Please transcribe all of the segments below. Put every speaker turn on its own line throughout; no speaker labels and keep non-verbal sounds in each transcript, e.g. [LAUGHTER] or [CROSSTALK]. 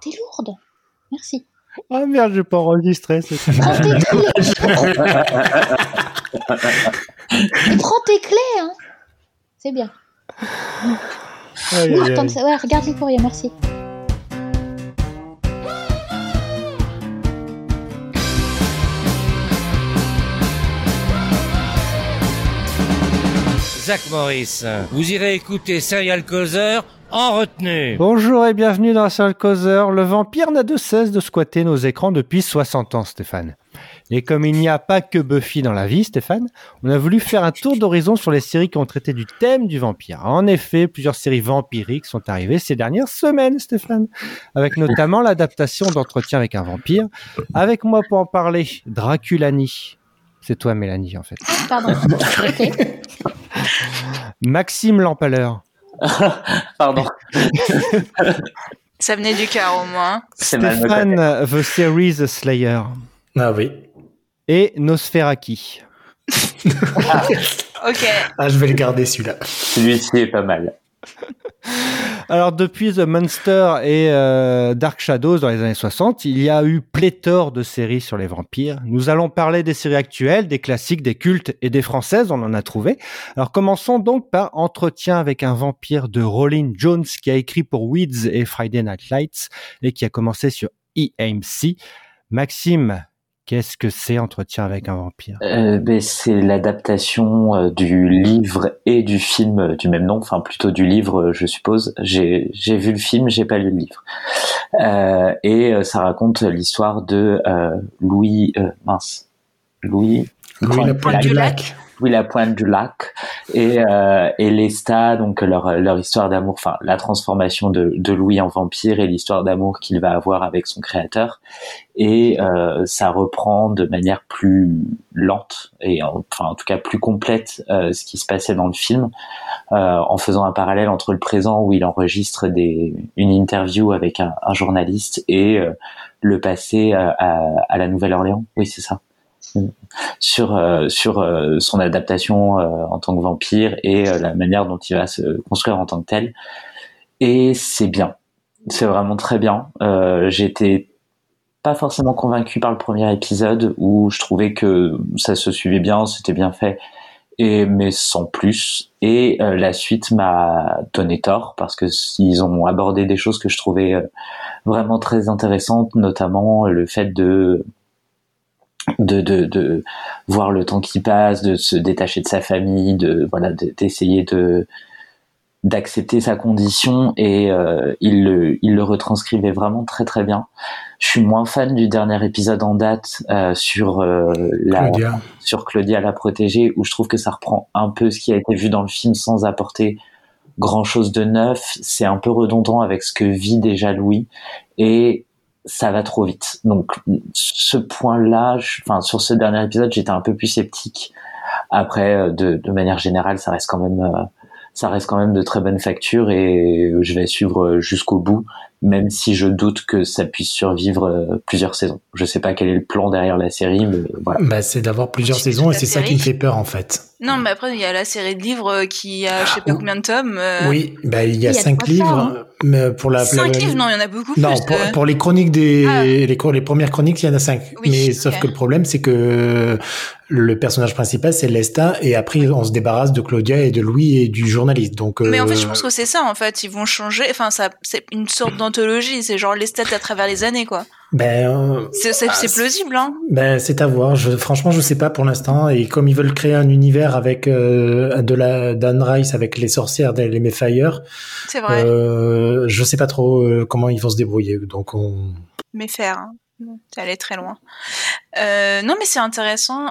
T'es lourde. Merci.
Ah merde, j'ai pas enregistré.
[LAUGHS]
c'est ça.
Prends tes clés. Et prends tes clés, hein. C'est bien.
Aïe,
Oui,
aïe, aïe.
comme ça. Ouais, regarde les courriers, merci.
Zach Morris, vous irez écouter Serial Causeur en retenue.
Bonjour et bienvenue dans Seul Causeur. Le vampire n'a de cesse de squatter nos écrans depuis 60 ans, Stéphane. Et comme il n'y a pas que Buffy dans la vie, Stéphane, on a voulu faire un tour d'horizon sur les séries qui ont traité du thème du vampire. En effet, plusieurs séries vampiriques sont arrivées ces dernières semaines, Stéphane, avec notamment l'adaptation d'Entretien avec un vampire. Avec moi pour en parler, Draculani. C'est toi, Mélanie, en fait.
Pardon. Ok.
Maxime Lampaleur.
Pardon,
Ça venait du cœur au moins.
c'est mal me connaître.
Stéphane, euh, The Series Slayer.
Ah oui.
Et Nosferaki.
Ok.
Ah, je vais le garder celui-là.
Celui-ci est pas mal.
Alors depuis The Monster et euh, Dark Shadows dans les années 60, il y a eu pléthore de séries sur les vampires. Nous allons parler des séries actuelles, des classiques, des cultes et des françaises, on en a trouvé. Alors commençons donc par Entretien avec un vampire de Rolling Jones qui a écrit pour Weeds et Friday Night Lights et qui a commencé sur EMC. Maxime, qu'est-ce que c'est Entretien avec un vampire
Euh, ben, c'est l'adaptation euh, du livre et du film euh, du même nom, enfin plutôt du livre, euh, je suppose. J'ai j'ai vu le film, j'ai pas lu le livre. Euh, et euh, ça raconte l'histoire de euh, Louis euh, mince, Louis
Louis
Croix-
la pointe du lac.
oui, la pointe du lac et, euh, et Lesta, donc leur, leur histoire d'amour, enfin la transformation de, de Louis en vampire et l'histoire d'amour qu'il va avoir avec son créateur. Et euh, ça reprend de manière plus lente et en- enfin en tout cas plus complète euh, ce qui se passait dans le film, euh, en faisant un parallèle entre le présent où il enregistre des, une interview avec un, un journaliste et euh, le passé euh, à, à la Nouvelle-Orléans. Oui, c'est ça sur euh, sur euh, son adaptation euh, en tant que vampire et euh, la manière dont il va se construire en tant que tel. Et c'est bien, c'est vraiment très bien. Euh, J'étais pas forcément convaincu par le premier épisode où je trouvais que ça se suivait bien, c'était bien fait. Et, mais sans plus. Et euh, la suite m'a donné tort parce que ils ont abordé des choses que je trouvais euh, vraiment très intéressantes, notamment le fait de de, de, de voir le temps qui passe, de se détacher de sa famille, de voilà, de- d'essayer de d'accepter sa condition et euh, il le il le retranscrivait vraiment très très bien. Je suis moins fan du dernier épisode en date euh, sur euh, la
Claudia.
sur Claudia la protégée, où je trouve que ça reprend un peu ce qui a été vu dans le film sans apporter grand chose de neuf. C'est un peu redondant avec ce que vit déjà Louis et ça va trop vite. Donc, ce point-là, je- enfin, sur ce dernier épisode, j'étais un peu plus sceptique. Après, euh, de, de manière générale, ça reste quand même, euh, ça reste quand même de très bonnes factures et je vais suivre euh, jusqu'au bout, même si je doute que ça puisse survivre euh, plusieurs saisons. Je sais pas quel est le plan derrière la série, mais voilà.
Bah, c'est d'avoir plusieurs
Tu fais
saisons et
ta
c'est ça
série
qui me fait peur en fait.
Non, mais après, il y a la série de livres euh, qui a je sais pas
Ouh.
combien de tomes. euh,
Ah, oui, bah, il y a
il y a
cinq
trois
livres.
sorts,
mais pour la,
Cinq
la-
livres, non, il y en a beaucoup
Non,
plus.
pour,
euh,
pour les chroniques des
Ah.
les, cro- les premières chroniques, il y en a cinq.
Oui,
Mais
ok.
sauf que le problème, c'est que le personnage principal, c'est Lesta, et après, on se débarrasse de Claudia et de Louis et du journaliste. Donc,
Mais en fait,
euh,
je pense que c'est ça, en fait. Ils vont changer. Enfin, ça, c'est une sorte d'anthologie. C'est genre les stats à travers les années, quoi.
ben, euh,
C'est, c'est,
Ah,
c'est
c'est-
plausible, hein.
Ben, c'est à voir. Je, franchement, je sais pas pour l'instant. Et comme ils veulent créer un univers avec euh, de la Dan Rice avec les sorcières, des- les Mayfire,
C'est vrai.
euh, je sais pas trop euh, comment ils vont se débrouiller. Donc, on...
mais faire. hein. T'es allé très loin. Euh, non, mais c'est intéressant.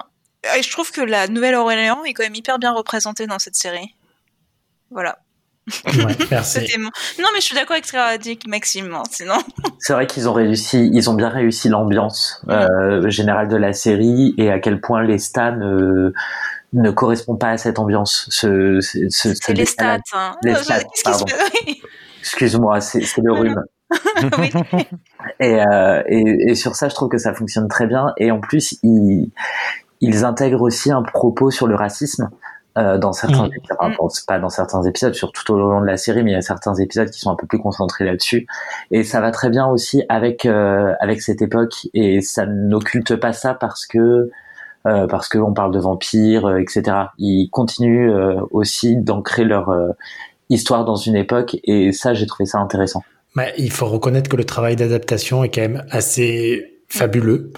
Et je trouve que la Nouvelle-Orléans est quand même hyper bien représentée dans cette série. Voilà. [LAUGHS]
ouais, merci.
C'était mon- Non, mais je suis d'accord avec ce qu'a dit Maxime. hein, Sinon,
C'est vrai qu'ils ont réussi, ils ont bien réussi l'ambiance euh, générale de la série et à quel point les stats ne, ne correspondent pas à cette ambiance. Ce, ce, ce- ce
c'est les stats.
décalage.
hein.
Les stats,
Qu'est-ce qui se
pardon.
fait Oui.
Excuse-moi, c'est c'est le rhume.
Oui.
Et, euh, et, et sur ça, je trouve que ça fonctionne très bien. Et en plus, ils, ils intègrent aussi un propos sur le racisme. euh, dans certains
Mm.
épisodes, enfin, dans- pas dans certains épisodes, sur tout au long de la série, mais il y a certains épisodes qui sont un peu plus concentrés là-dessus. Et ça va très bien aussi avec euh, avec cette époque et ça n'occulte pas ça parce que euh, parce que on parle de vampires, euh, etc. Ils continuent euh, aussi d'ancrer leur euh, histoire dans une époque et ça j'ai trouvé ça intéressant.
Bah, il faut reconnaître que le travail d'adaptation est quand même assez fabuleux.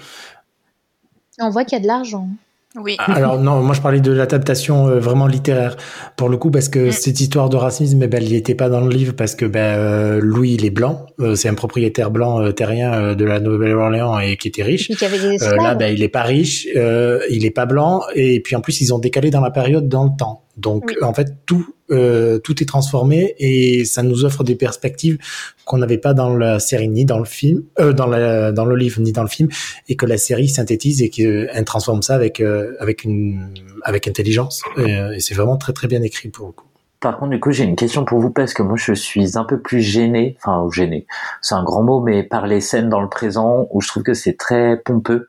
On voit qu'il y a de l'argent. hein.
Oui.
Alors non, moi je parlais de l'adaptation euh, vraiment littéraire pour le coup parce que
Mm.
cette histoire de racisme, eh ben, elle n'y était pas dans le livre parce que ben, euh, Louis il est blanc, euh, c'est un propriétaire blanc euh, terrien euh, de la Nouvelle-Orléans et qui était
Et
riche.
puis qu'il y avait des
Euh,
esclaves.
là, ben, il est pas riche, euh, il est pas blanc, et puis en plus ils ont décalé dans la période, dans le temps. Donc
Oui.
en fait tout euh, tout est transformé et ça nous offre des perspectives qu'on n'avait pas dans la série ni dans le film, euh, dans la dans le livre ni dans le film, et que la série synthétise et qu'elle transforme ça avec euh, avec une avec intelligence. Et, euh, et c'est vraiment très très bien écrit pour le coup.
Par contre, du coup, j'ai une question pour vous parce que moi, je suis un peu plus gêné, enfin gêné, c'est un grand mot, mais par les scènes dans le présent où je trouve que c'est très pompeux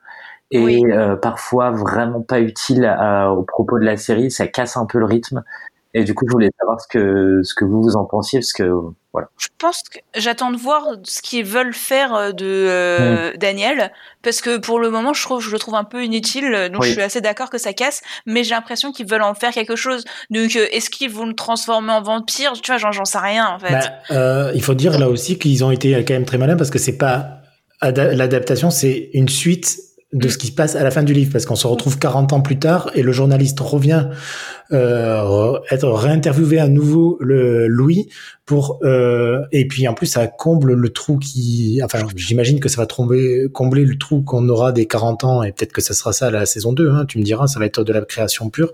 et
Oui.
euh, parfois vraiment pas utile à- au propos de la série. Ça casse un peu le rythme. Et du coup, je voulais savoir ce que ce que vous vous en pensiez parce que voilà.
Je pense que j'attends de voir ce qu'ils veulent faire euh, de euh, Daniel parce que pour le moment je trouve je le trouve un peu inutile euh, donc
Oui.
je suis assez d'accord que ça casse mais j'ai l'impression qu'ils veulent en faire quelque chose donc euh, est-ce qu'ils vont le transformer en vampire tu vois j'en j'en sais rien en fait.
Bah, euh, il faut dire là aussi qu'ils ont été quand même très malins parce que c'est pas ada- l'adaptation, c'est une suite de ce qui se passe à la fin du livre parce qu'on se retrouve 40 ans plus tard et le journaliste revient euh, re- être réinterviewé à nouveau le Louis pour euh, et puis en plus ça comble le trou qui enfin j'imagine que ça va tromber, combler le trou qu'on aura des 40 ans et peut-être que ça sera ça la saison 2 hein, tu me diras ça va être de la création pure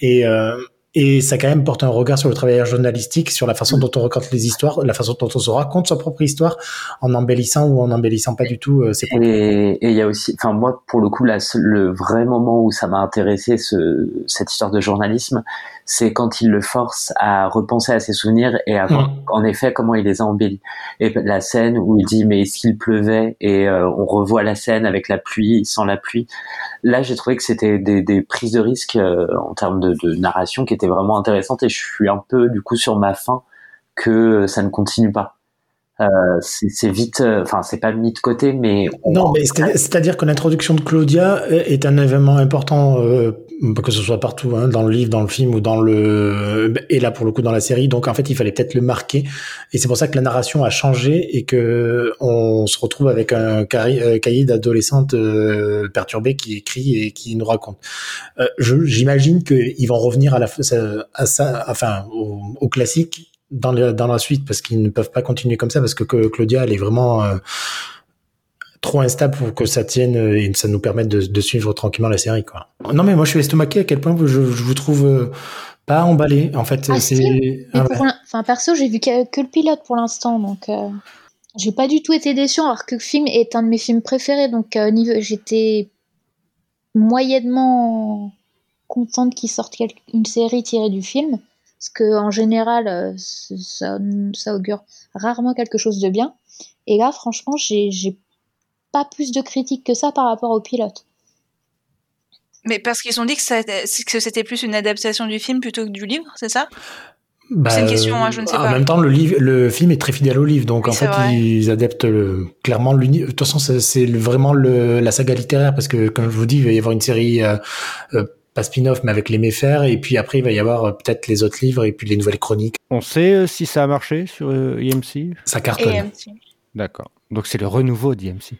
et euh, et ça quand même porte un regard sur le travail journalistique, sur la façon dont on raconte les histoires, la façon dont on se raconte sa propre histoire en embellissant ou en embellissant pas du tout euh, ses propres-
Et et il y a aussi, enfin moi pour le coup, là, le vrai moment où ça m'a intéressé ce, cette histoire de journalisme, c'est quand il le force à repenser à ses souvenirs et à voir
Mm.
en effet comment il les a embellis. Et la scène où il dit mais est-ce qu'il pleuvait et euh, on revoit la scène avec la pluie, sans la pluie. Là, j'ai trouvé que c'était des, des prises de risque euh, en termes de, de narration qui étaient vraiment intéressantes et je suis un peu du coup sur ma faim que ça ne continue pas. Euh, c'est c'est vite, euh, enfin c'est pas mis de côté, mais on-
Non, mais c'est- c'est-à-dire que l'introduction de Claudia est est un événement important, euh, que ce soit partout, hein, dans le livre, dans le film ou dans le et là pour le coup dans la série. Donc en fait, il fallait peut-être le marquer, et c'est pour ça que la narration a changé et que on se retrouve avec un cari- euh, cahier d'adolescente euh, perturbée qui écrit et qui nous raconte. Euh, je- J'imagine qu'ils vont revenir à la f- ça- à ça, enfin au, au classique. Dans la, dans la suite parce qu'ils ne peuvent pas continuer comme ça parce que, que Claudia elle est vraiment euh, trop instable pour que ça tienne euh, et ça nous permette de, de suivre tranquillement la série. Quoi. Non, mais moi je suis estomaqué à quel point je, je vous trouve euh, pas emballé. En fait,
Ah,
c'est.
Mais
Ah,
pour l'in- enfin, perso, j'ai vu que, que le pilote pour l'instant, donc euh, j'ai pas du tout été déçue, alors que le film est un de mes films préférés, donc euh, niveau, j'étais moyennement contente qu'il sorte quel- une série tirée du film, parce que en général, euh, c- ça, ça augure rarement quelque chose de bien. Et là, franchement, j'ai j'ai pas plus de critiques que ça par rapport au pilote.
Mais parce qu'ils ont dit que, ça- que c'était plus une adaptation du film plutôt que du livre, c'est ça
bah,
c'est une question, hein, je ne sais
en
pas.
même temps, le, livre, le film est très fidèle au livre, donc
Oui,
en
c'est
fait,
vrai.
ils adaptent le- clairement l'uni. De toute façon, c'est- c'est le- vraiment le, la saga littéraire parce que, comme je vous dis, il va y avoir une série. euh, euh, pas spin-off mais avec les méfaires et puis après il va y avoir euh, peut-être les autres livres et puis les nouvelles chroniques
On sait euh, si ça a marché sur euh, IMC
ça cartonne
Et, euh, si.
D'accord. Donc c'est le renouveau d'IMC.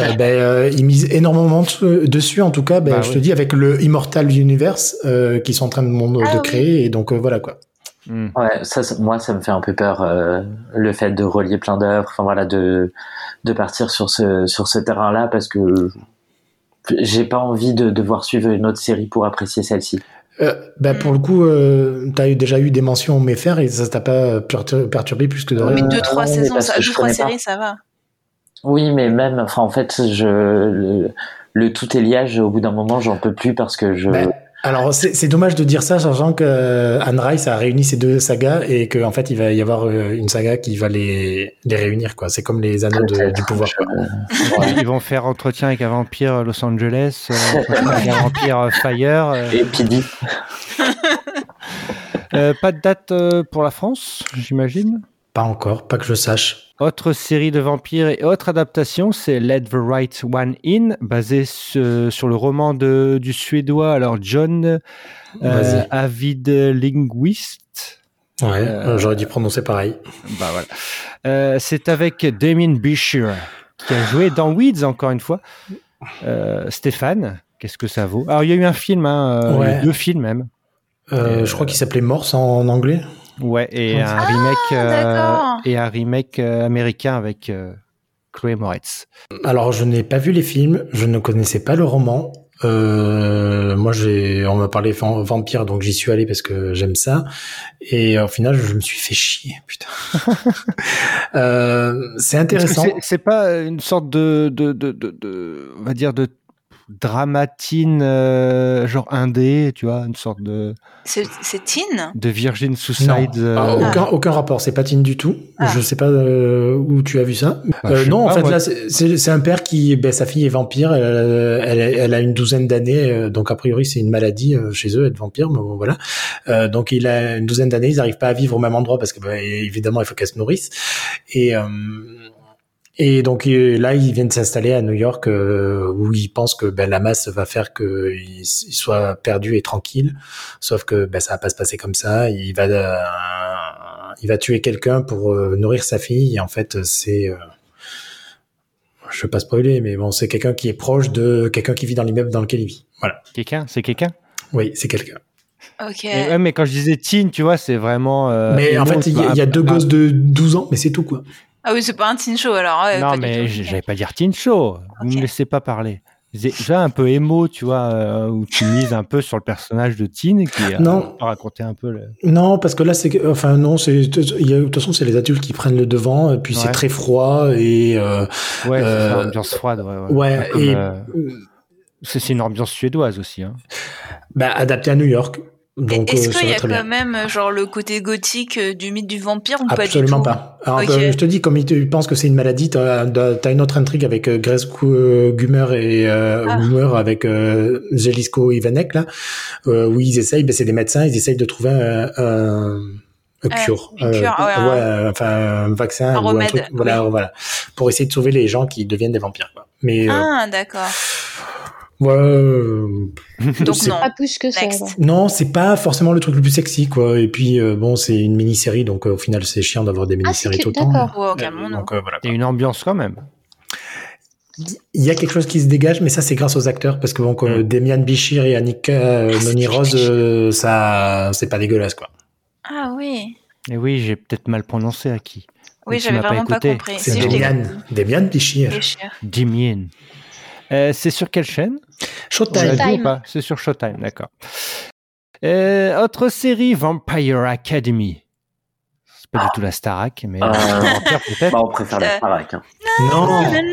Euh, ben, euh, ils misent énormément de- dessus, en tout cas, ben,
Bah
je
oui.
te dis, avec le Immortal Universe euh, qu'ils sont en train de, mon-
Ah
de
oui.
créer, et donc euh, voilà quoi.
Hmm.
Ouais, ça, ça- moi, ça me fait un peu peur euh, le fait de relier plein d'œuvres, enfin voilà, de de partir sur ce sur ce terrain-là parce que j'ai pas envie de devoir suivre une autre série pour apprécier celle-ci.
Euh, ben,
Mm.
pour le coup, euh, t'as eu- déjà eu des mentions au méfaire et ça t'a pas pertur- perturbé plus que de
Oui,
Oh, Mais
rien.
deux, trois
non, mais
saisons,
parce
ça,
que
deux,
je
trois
connais pas.
séries, ça va.
Oui, mais même,
Euh,
enfin en fait, je le, le tout est liage. Au bout d'un moment, j'en peux plus parce que je
Ben, Alors c'est c'est dommage de dire ça, sachant que euh, Anne Rice a réuni ces deux sagas et qu'en en fait il va y avoir euh, une saga qui va les, les réunir. quoi. C'est comme les anneaux de- du pouvoir.
Ils vont faire entretien avec un vampire Los Angeles, euh, entretien avec un vampire euh, Fire. euh.
Et Pidi.
Euh, pas de date euh, pour la France, j'imagine.
Pas encore, pas que je sache.
Autre série de vampires et autre adaptation, c'est Let the Right One In, basée su- euh, sur le roman de, du suédois alors John euh,
Vas-y.
Avid Linguist.
Ouais,
Euh,
euh, j'aurais dû prononcer pareil.
Bah voilà. Euh, c'est avec Damien Bisher qui a joué dans Weeds encore une fois. Euh, Stéphane, qu'est-ce que ça vaut Alors il y a eu un film, hein, euh,
Ouais.
deux films même.
Euh, je crois qu'il s'appelait Morse en anglais.
Ouais, et un remake euh,
d'accord.
et un remake euh, américain avec euh, Chloé Moretz.
Alors, je n'ai pas vu les films, je ne connaissais pas le roman. Euh, moi, j'ai, on m'a parlé van- vampire, donc j'y suis allé parce que j'aime ça. Et au final, je me suis fait chier, putain. [LAUGHS] Euh,
Est-ce
c'est
que
intéressant.
c'est- C'est pas une sorte de, de, de, de- de- on va dire de dramatine euh, genre indé, tu vois, une sorte de,
C'est c'est Tin
de Virgin
Non,
Suicide. euh,
Ah, aucun, aucun rapport, c'est pas Tine du tout.
Ah.
Je sais pas euh, où tu as vu ça.
bah,
Euh,
je sais
non, en
pas,
fait,
moi.
là, c'est- c'est c'est un père qui, ben, sa fille est vampire, euh, elle, elle a une douzaine d'années, euh, donc a priori c'est une maladie euh, chez eux être vampire, mais bon, voilà. Euh, donc il a une douzaine d'années, ils n'arrivent pas à vivre au même endroit parce que ben, évidemment il faut qu'elle se nourrisse. Et euh, et donc euh, là, ils viennent s'installer à New York euh, où ils pensent que ben, la masse va faire qu'ils soient perdus et tranquilles. Sauf que ben, ça va pas se passer comme ça. Il va, euh, il va tuer quelqu'un pour euh, nourrir sa fille. Et en fait, c'est, euh, je veux pas spoiler, mais bon, c'est quelqu'un qui est proche de quelqu'un qui vit dans l'immeuble dans lequel il vit. Voilà.
Quelqu'un, c'est quelqu'un.
Oui, c'est quelqu'un.
Ok.
Mais, ouais, mais quand je disais teen, tu vois, c'est vraiment. euh,
mais en
emo,
fait, il y, a-
tu
il y a
vois.
deux
Ah,
gosses de 12 ans, mais c'est tout quoi.
Ah oui, c'est pas un Tin show alors. ouais, pas
Non,
du
mais
tout.
j-
Ok.
j'allais pas dire teen show. Vous
Ok.
me laissez pas parler. J'ai déjà un peu émo, tu vois, euh, où tu mises un peu sur le personnage de teen qui a
Non.
raconté un peu le.
Non, parce que là, c'est, que- enfin non, c'est, il y a- de toute façon, c'est les adultes qui prennent le devant. Et puis
Ouais.
c'est très froid et. euh,
Ouais, c'est ça,
Euh,
ambiance froide. Ouais, ouais.
ouais,
Un peu comme,
et-
euh, c'est c'est une ambiance suédoise aussi. Hein.
bah, adapté à New York.
Et
Donc,
Est-ce
euh, ça
qu'il y
va
a
très
quand
bien.
même euh, genre le côté gothique euh, du mythe du vampire ou
Absolument
pas du tout
pas. Alors,
Ok.
euh, je te dis, comme ils te- ils pensent que c'est une maladie, t'as as une autre intrigue avec euh, Grace Cou- euh, Gummer et euh,
Ah.
Gummer avec euh, Jelisko Ivanek là, euh, où ils essayent, ben, c'est des médecins, ils essayent de trouver un, un- un
Euh,
cure,
une cure, ouais, un-
ouais, euh, enfin un vaccin
un
ou
remède,
un truc, voilà, voilà, pour essayer de sauver les gens qui deviennent des vampires. Quoi. Mais euh,
Ah
[LAUGHS]
d'accord.
voilà, euh,
Donc
c'est
non.
Pas plus que ça.
Next.
alors.
non, c'est pas forcément le truc le plus sexy, quoi. Et puis euh, bon, c'est une mini-série, donc euh, au final, c'est chiant d'avoir des
Ah,
mini-séries
c'est que-
tout le temps.
d'accord.
Wow,
Euh,
calmons-nous.
donc euh, voilà.
Il y a une ambiance quand même.
Il y a quelque chose qui se dégage, mais ça c'est grâce aux acteurs parce que bon,
Mm.
euh, Demian Bichir et Annika euh,
Ah, c'est
Noni Rose,
Bichir.
euh, ça c'est pas dégueulasse quoi.
Ah oui.
Et oui, j'ai peut-être mal prononcé à qui. Mais
Oui,
tu
j'avais
m'as pas
vraiment pas,
écouté.
compris.
C'est
Si je l'ai
Demian,
compris.
Demian Bichir.
Déchire.
Dimien. Euh, c'est sur quelle chaîne On l'a
Showtime.
dit
Showtime.
ou pas C'est sur Showtime, d'accord. Euh, autre série, Vampire Academy. C'est pas du tout la Starac, mais
Euh,
Vampire peut-être.
Bah, on préfère la
Euh,
Starac. hein.
Non.
Nanana.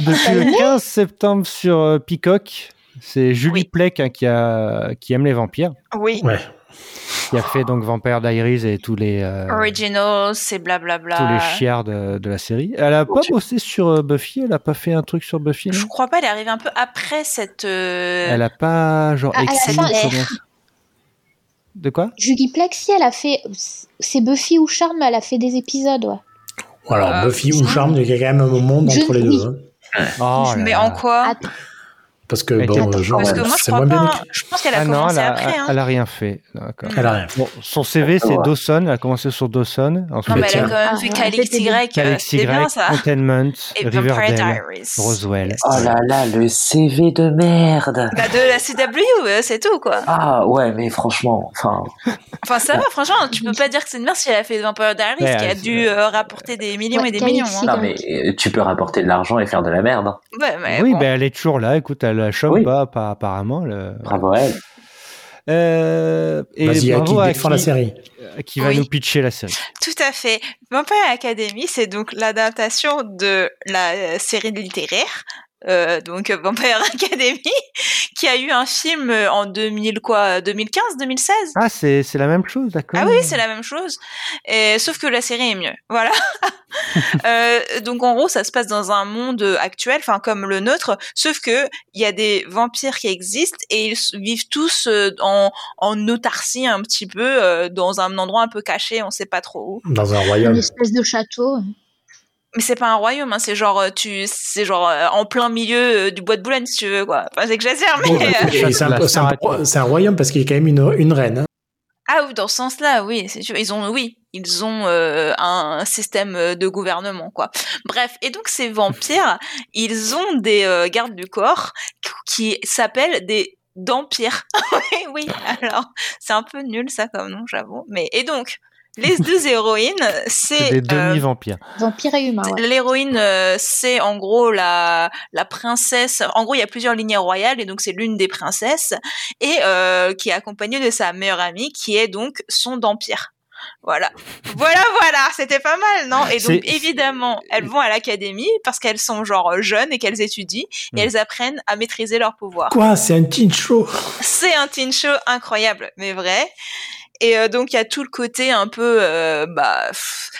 Depuis le 15 septembre sur euh, Peacock, c'est Julie
Oui.
Plec hein, qui, a, qui aime les vampires,
Oui.
Ouais.
qui a fait donc Vampire Diaries et tous les, euh,
Original, c'est
tous les
blablabla.
chiards de, de la série. Elle a pas bossé sur euh, Buffy, elle a pas fait un truc sur Buffy. non
Je crois pas, elle est arrivée un peu après cette. euh,
Elle a pas genre
Ah, elle a
excellé
fait
sur
l'air.
Buffy. De quoi
Julie Plexi, elle a fait. C'est Buffy ou Charme, elle a fait des épisodes, ouais.
Alors
Ah,
Buffy
ça.
ou Charme, il y a quand même un monde
Je-
entre les
oui.
deux, hein.
Oh là
Mais
là.
en quoi
Attends,
parce que
Mais
bon,
t'es-
euh, genre,
Parce que moi, je
c'est
crois
moins bien
pas. hein.
écrit.
Je pense qu'elle a
Ah non,
commencé
elle a,
après. hein.
elle a rien fait. D'accord.
Elle a rien.
Bon, son CV, c'est
Ouais.
Dawson. Elle a commencé sur Dawson. Ensuite,
Non, mais bah, elle a
Tiens.
quand même
Ah,
fait
ouais.
Calix Y. euh,
Calix Y,
C'est bien ça.
Containment,
Et Vampire
Riverdale,
Diaries. Ah,
Roswell.
Oh là là, le CV de merde.
Bah, de la CW, euh, c'est tout, quoi.
Ah ouais, mais franchement, enfin,
Enfin, ça va, franchement, tu peux pas dire que c'est une merde si elle a fait Vampire Diaries,
Ouais,
qui a
ouais,
dû euh, rapporter des millions
Ouais,
et des
Calix
millions. hein.
non mais euh, tu peux rapporter de l'argent et faire de la merde. hein.
Ouais, mais
oui,
bon.
ben, elle est toujours là. Écoute, elle la chope
Oui.
pas, pas- apparemment. le-
Bravo à elle.
Euh, et
Vas-y, à
bravo
qui défend la
qui-
série
à qui va
Oui.
nous pitcher la série.
Tout à fait. Vampire Academy, c'est donc l'adaptation de la euh, série littéraire euh, donc Vampire Academy, [LAUGHS] qui a eu un film euh, en 2000 quoi, 2015, 2016.
Ah, c'est c'est la même chose, d'accord.
Ah oui, c'est la même chose, et, sauf que la série est mieux.
[LAUGHS]
Voilà. Euh, donc en gros, ça se passe dans un monde actuel, enfin comme le nôtre, sauf que il y a des vampires qui existent et ils s- vivent tous euh, en, en autarcie un petit peu euh, dans un endroit un peu caché, on sait pas trop où.
Dans un
Une
royaume. [LAUGHS]
espèce de château.
Mais c'est pas un royaume, hein, c'est genre euh, tu, c'est genre euh, en plein milieu euh, du bois de Boulogne si tu veux quoi. Enfin j'exagère, mais
Bon, bah,
euh,
c'est-
Et c'est un,
Là,
c'est un-
s'arrête.
c'est un royaume parce qu'il y a quand même une, une reine. hein.
ah oui, dans ce sens-là, oui, c'est sûr. Ils ont, oui, ils ont euh, un système euh, de gouvernement quoi. Bref, et donc ces vampires, ils ont des euh, gardes du corps qui s'appellent des dampires. [LAUGHS] oui, oui, alors c'est un peu nul ça comme nom, j'avoue. Mais et donc les deux héroïnes,
C'est
c'est
des
euh,
demi-vampires.
Vampire et humain, ouais.
L'héroïne, euh, c'est en gros la, la princesse. En gros, il y a plusieurs lignées royales et donc c'est l'une des princesses et euh, qui est accompagnée de sa meilleure amie qui est donc son d'empire. Voilà, voilà, voilà. C'était pas mal, non Et donc
C'est-
évidemment, elles vont à l'académie parce qu'elles sont genre jeunes et qu'elles étudient et
Hmm.
elles apprennent à maîtriser leur pouvoir.
Quoi C'est un teen show
[LAUGHS] C'est un teen show incroyable, mais vrai. Et euh, donc il y a tout le côté un peu, euh, bah, pff,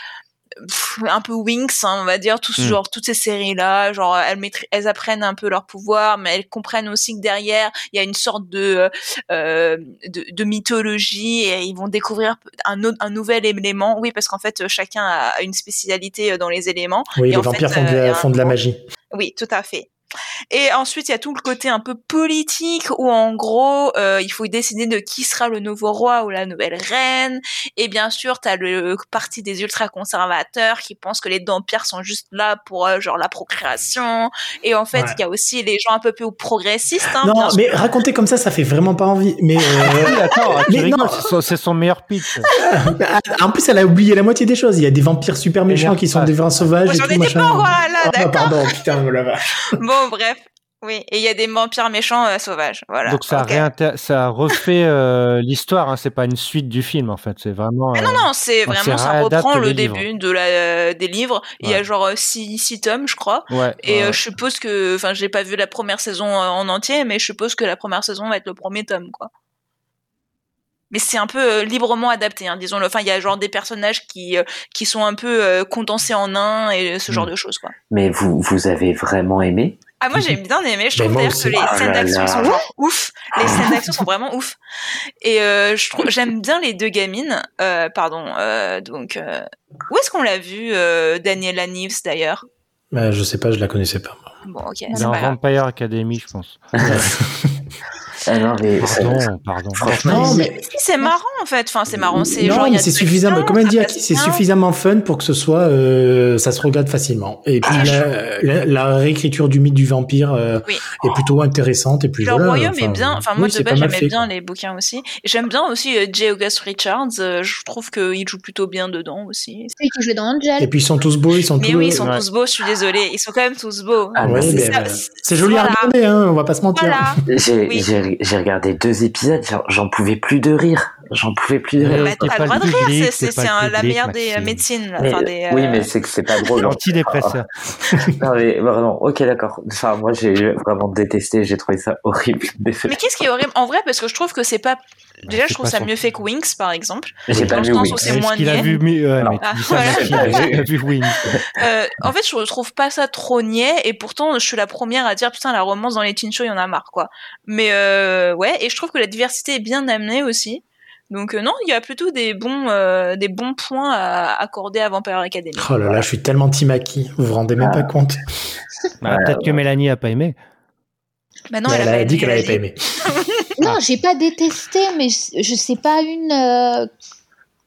pff, un peu Winx, hein, on va dire, tout ce
Mm.
genre, toutes ces séries là, genre euh, elles, maîtri- elles apprennent un peu leur pouvoir, mais elles comprennent aussi que derrière il y a une sorte de, euh, de de mythologie et ils vont découvrir un autre, un nouvel élément. Oui, parce qu'en fait euh, chacun a une spécialité euh, dans les éléments.
Oui,
Et
les
en
vampires
fait,
font, de
euh, il y
la,
a
font de
un-
la magie.
oui, tout à fait. Et ensuite, il y a tout le côté un peu politique où, en gros, euh, il faut décider de qui sera le nouveau roi ou la nouvelle reine. Et bien sûr, t'as le parti des ultra-conservateurs qui pensent que les dampires sont juste là pour, euh, genre, la procréation. Et en fait, il
Ouais.
y a aussi les gens un peu plus progressistes. Hein,
non,
bien sûr.
mais raconter comme ça, ça fait vraiment pas envie. Mais euh,
Oui, attends, tu
[LAUGHS] Mais
rigoles,
non. ah,
c'est son- c'est son meilleur pitch.
en plus, elle a oublié la moitié des choses. Il y a des vampires super
Les
méchants qui sont des vins sauvages.
Moi,
et
j'en
tout,
étais
machin.
pas encore là,
Ah,
d'accord
pardon, putain, me la vache.
Bon, bref. Oui, et il y a des vampires méchants euh, sauvages. Voilà.
Donc ça,
Ok.
réinter- ça refait euh, l'histoire, hein, c'est pas une suite du film en fait, c'est vraiment.
Ah
euh,
non, non, c'est
on
vraiment,
s'y
ça
réadapte
reprend
les
le
livres.
début de la, euh, des livres. Il y a
Ouais.
genre 6 six tomes, je crois.
Ouais,
Et
ouais,
euh,
ouais.
je suppose que, enfin, j'ai pas vu la première saison euh, en entier, mais je suppose que la première saison va être le premier tome, quoi. Mais c'est un peu euh, librement adapté, hein, disons-le. Enfin, il y a genre des personnages qui euh, qui sont un peu euh, condensés en un et ce genre
Mm.
de choses, quoi.
Mais vous, vous avez vraiment aimé
Ah moi j'ai bien aimé, je
Mais
trouve
moi
d'ailleurs
aussi.
que les
Oh
scènes
là
d'action
là.
sont genre ouf, les scènes d'action sont vraiment ouf. Et euh, je trouve j'aime bien les deux gamines, euh, pardon. euh, donc euh, où est-ce qu'on l'a vu euh, Daniela Neves d'ailleurs
Euh, je sais pas, je la connaissais pas. moi.
Bon ok,
Il est
c'est
en
pas grave.
Vampire Academy, je pense.
Ah non, mais
Pardon, pardon.
Ah,
franchement,
Non, mais
Si, C'est marrant en fait, enfin c'est marrant, c'est
non,
genre il y
mais
a
c'est
de
suffisamment.
l'action,
Comme elle
ça
dit,
passe
Aki, c'est
bien.
suffisamment fun pour que ce soit, euh, ça se regarde facilement. Et puis
Ah,
la, la- la réécriture du mythe du vampire euh,
Oui.
est plutôt intéressante. Et puis
Leur
voilà.
royaume est
enfin,
bien. Enfin, moi
oui,
de
c'est pas
base,
mal
j'aimais
fait,
bien
quoi.
les bouquins aussi. Et J'aime bien aussi euh, J. August Richards. euh, je trouve qu'il joue plutôt bien dedans aussi.
Celui qui jouait dans
Et
Angel.
puis ils sont tous beaux, ils sont
Mais
tous.
oui, ils sont
Ouais.
tous beaux. Je suis désolée, ils sont quand même tous beaux.
Ah,
Ouais,
mais
mais,
c'est ça,
euh,
c'est-
c'est joli
voilà.
à regarder, hein, on va pas se mentir.
Voilà.
j'ai
Oui.
j'ai- j'ai regardé deux épisodes, j'en- j'en pouvais plus de rire. J'en pouvais plus de
Mais
rire.
Bah,
t'es
t'as
pas
le droit
le
de rire,
public,
c'est-
t'es
c'est
pas le
un- la
public,
meilleure des euh,
Maxime.
médecines. là.
Mais-
Enfin, des, euh,
Oui, mais c'est que c'est pas drôle.
L'antidépresseur.
Non, mais vraiment, ok, d'accord. Enfin, moi, j'ai vraiment détesté, j'ai trouvé ça horrible. [LAUGHS]
mais qu'est-ce qui est horrible en vrai Parce que je trouve que c'est pas. Déjà,
c'est
je trouve
pas
ça
son-
mieux fait que Winx, par exemple.
J'ai
Dans
pas
le
vu
sens où
Wings.
c'est moins
qu'il a
niais.
vu mais, euh,
Non.
mais tu
Ah,
dis ça,
voilà.
Maxime, mais
[LAUGHS]
il a vu Wings.
Euh, en fait, je trouve pas ça trop niais, et pourtant, je suis la première à dire putain, la romance dans les teen shows, il y en a marre, quoi. Mais euh, ouais, et je trouve que la diversité est bien amenée aussi. Donc euh, non, il y a plutôt des bons, euh, des bons points à accorder à Vampire Academy.
Oh là là, je suis tellement timaki, vous vous rendez même pas compte.
Bah, Peut-être que Mélanie a pas aimé.
Maintenant,
elle,
elle,
a
pas
dit qu'elle avait
aimé.
pas aimé.
Non, j'ai pas détesté, mais je, je sais pas une euh,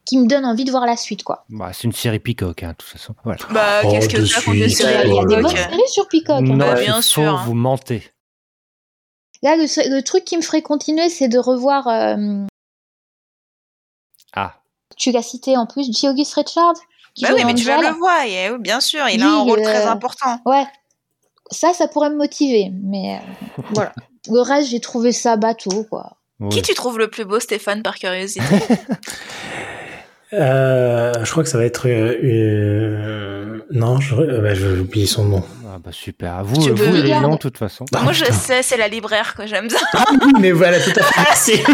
qui me donne envie de voir la suite, quoi.
Bah, c'est une série Peacock, hein, de toute façon. Voilà.
Bah,
Oh,
qu'est-ce que
de
ça qu'on est
suite.
Il y a, il y a des
Ouais.
bonnes séries sur Peacock. hein.
non,
Bah, bien
il faut
sûr, hein.
vous mentez.
Là, le, se- le truc qui me ferait continuer, c'est de revoir. euh,
Ah,
tu l'as cité en plus, J. August Richard. qui
Bah
jouait
oui,
dans
mais tu vas
Angel.
le voir, et, euh, bien sûr, il a
Lui,
un rôle
euh,
très important.
Ouais, ça, ça pourrait me motiver, mais
[LAUGHS]
euh, voilà. Le reste, j'ai trouvé ça bateau, quoi.
oui.
[LAUGHS]
Qui tu trouves le plus beau, Stéphane, par curiosité
Euh, je crois que ça va être. euh, euh, non, je, euh, bah, je- j'ai oublié son nom.
Ah bah super. À vous,
Tu
euh, vous
peux
les
regarder.
noms, de toute façon.
Ah,
Moi, je
putain.
sais, c'est la libraire que j'aime ça.
Ah oui, mais voilà, tout à fait.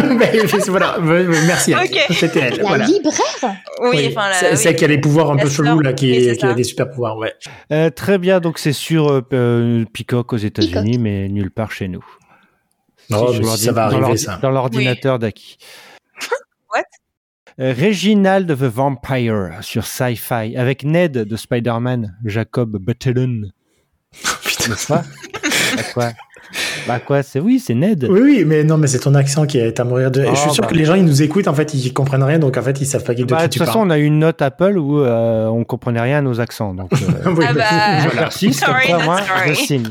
[LAUGHS] Merci. Mais Bah, voilà, bah, merci. elle.
Ok.
C'était elle.
La
voilà.
libraire
Oui, enfin, la,
c'est
oui.
celle qui a les pouvoirs un
La
peu
sœur.
chelous là, qui,
Oui, c'est
qui a
ça.
des super pouvoirs. Ouais.
Euh, très bien, donc c'est sur euh, euh, Peacock aux États-Unis, mais nulle part chez nous.
Oh,
je
mais
leur
si
dis-
ça va
dans
arriver,
l'ordi-
ça.
Dans l'ordinateur d'Aki.
[LAUGHS] What
Euh, Reginald the Vampire sur Sci-Fi avec Ned de Spider-Man, Jacob Battelen, [LAUGHS]
Putain.
n'est-ce
[LAUGHS]
pas Bah quoi Bah quoi C'est oui, c'est Ned.
Oui, oui, mais non, mais c'est ton accent qui est à mourir de.
Oh,
je suis sûr
bah.
que les gens ils nous écoutent en fait, ils comprennent rien, donc en fait ils savent pas qui de
Bah,
qui
de
tu
toute façon,
parles.
on a eu une note Apple où euh, on comprenait rien à nos accents. Donc,
[LAUGHS]
euh,
Oui,
Ah bah.
bah,
Je
voilà.
leur cite, comme
Sorry,
ça,
not
moi, je
sorry.
signe.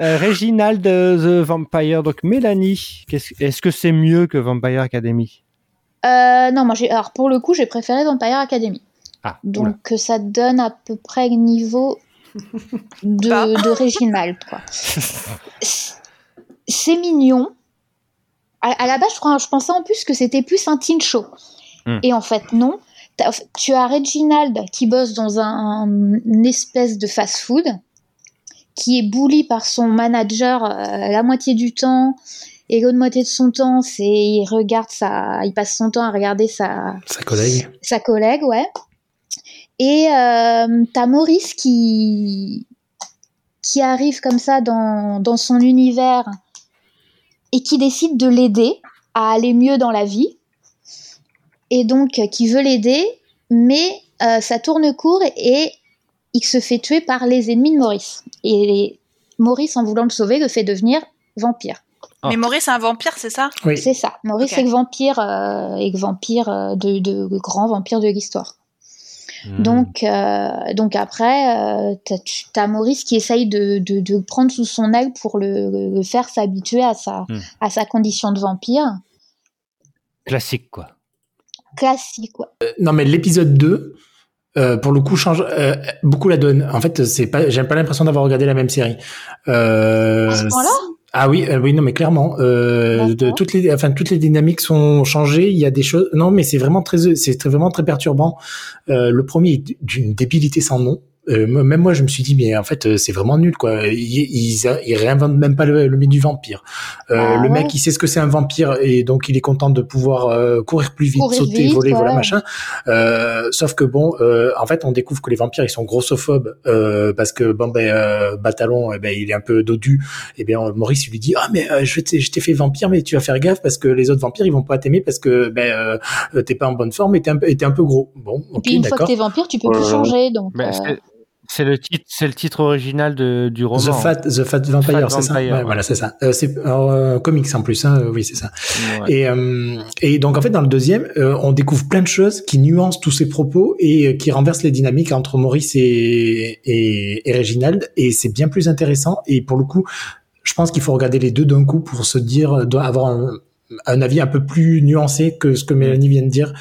Euh, Reginald euh, the Vampire, donc Mélanie, qu'est-ce- est-ce que c'est mieux que Vampire Academy
Euh, non, moi j'ai. Alors pour le coup, j'ai préféré Vampire Academy.
Ah, oula.
Donc euh, ça donne à peu près le niveau de,
Bah.
de Reginald, quoi. C'est- C'est mignon. À, à la base, je, crois- je pensais en plus que c'était plus un teen show.
Hmm.
Et en fait, non. T'as- Tu as Reginald qui bosse dans un, une espèce de fast-food, qui est bully par son manager euh, la moitié du temps. Et l'autre moitié de son temps, c'est il regarde sa, il passe son temps à regarder sa,
Sa collègue.
sa collègue, ouais. Et euh, t'as Maurice qui qui arrive comme ça dans, dans son univers et qui décide de l'aider à aller mieux dans la vie et donc euh, qui veut l'aider, mais euh, ça tourne court et il se fait tuer par les ennemis de Maurice. Et les- Maurice, en voulant le sauver, le fait devenir vampire.
Ah.
Mais Maurice, c'est un vampire, c'est ça
Oui.
C'est ça. Maurice
Ok.
est le vampire, euh, est le vampire euh, de, de- le grand vampire de l'histoire.
Hmm.
Hmm.
Donc, euh, donc après, euh, t'as- tu- t'as Maurice qui essaye de, de, de le prendre sous son aile pour le, le- le faire s'habituer à sa,
Hmm.
à sa condition de vampire.
Classique, quoi.
Classique, quoi.
Euh, Non, mais l'épisode 2, euh, pour le coup, change euh, beaucoup la donne. En fait, c'est pas, j'ai pas l'impression d'avoir regardé la même série. Euh,
À ce point-là
ah oui, euh, oui, non, mais clairement, euh, de,
D'accord.
toutes les, enfin, toutes les dynamiques sont changées. Il y a des choses. Non, mais c'est vraiment très, c'est très- vraiment très perturbant. Euh, le premier est d'une débilité sans nom. Euh, moi- même moi, je me suis dit, mais en fait, euh, c'est vraiment nul, quoi. Ils, ils, ils réinventent même pas le, le mythe du vampire. Euh,
Ah
le mec,
ouais.
il sait ce que c'est un vampire et donc il est content de pouvoir euh, courir plus vite,
Courir
sauter,
vite,
voler, voilà,
ouais.
machin. Euh, sauf que bon, euh, en fait, on découvre que les vampires ils sont grossophobes euh, parce que bon ben euh, Batalon, eh ben il est un peu dodu. Et Eh bien Maurice il lui dit ah mais euh, je t'ai je t'ai fait vampire mais tu vas faire gaffe parce que les autres vampires ils vont pas t'aimer parce que ben euh, euh, t'es pas en bonne forme et t'es un, peu- et t'es un peu gros. Bon,
Et
ok
puis une fois que
d'accord.
t'es vampire, tu peux
Ouais,
plus
ouais. Bah,
changer. Donc,
Mais
euh,
Bah, c'est- C'est le titre, c'est le titre original de- du roman. hein.
The Fat, The Fat Vampire,
Fat
c'est ça
Vampire,
Ouais,
ouais.
Voilà, c'est ça. Euh, c'est euh, comics en plus, hein, euh, oui, c'est ça.
Ouais.
Et, euh, et donc en fait dans le deuxième, euh, on découvre plein de choses qui nuancent tous ces propos et euh, qui renversent les dynamiques entre Maurice et, et, et Reginald. Et c'est bien plus intéressant. Et pour le coup, je pense qu'il faut regarder les deux d'un coup pour se dire, euh, doit avoir un, un avis un peu plus nuancé que ce que Mélanie vient de dire.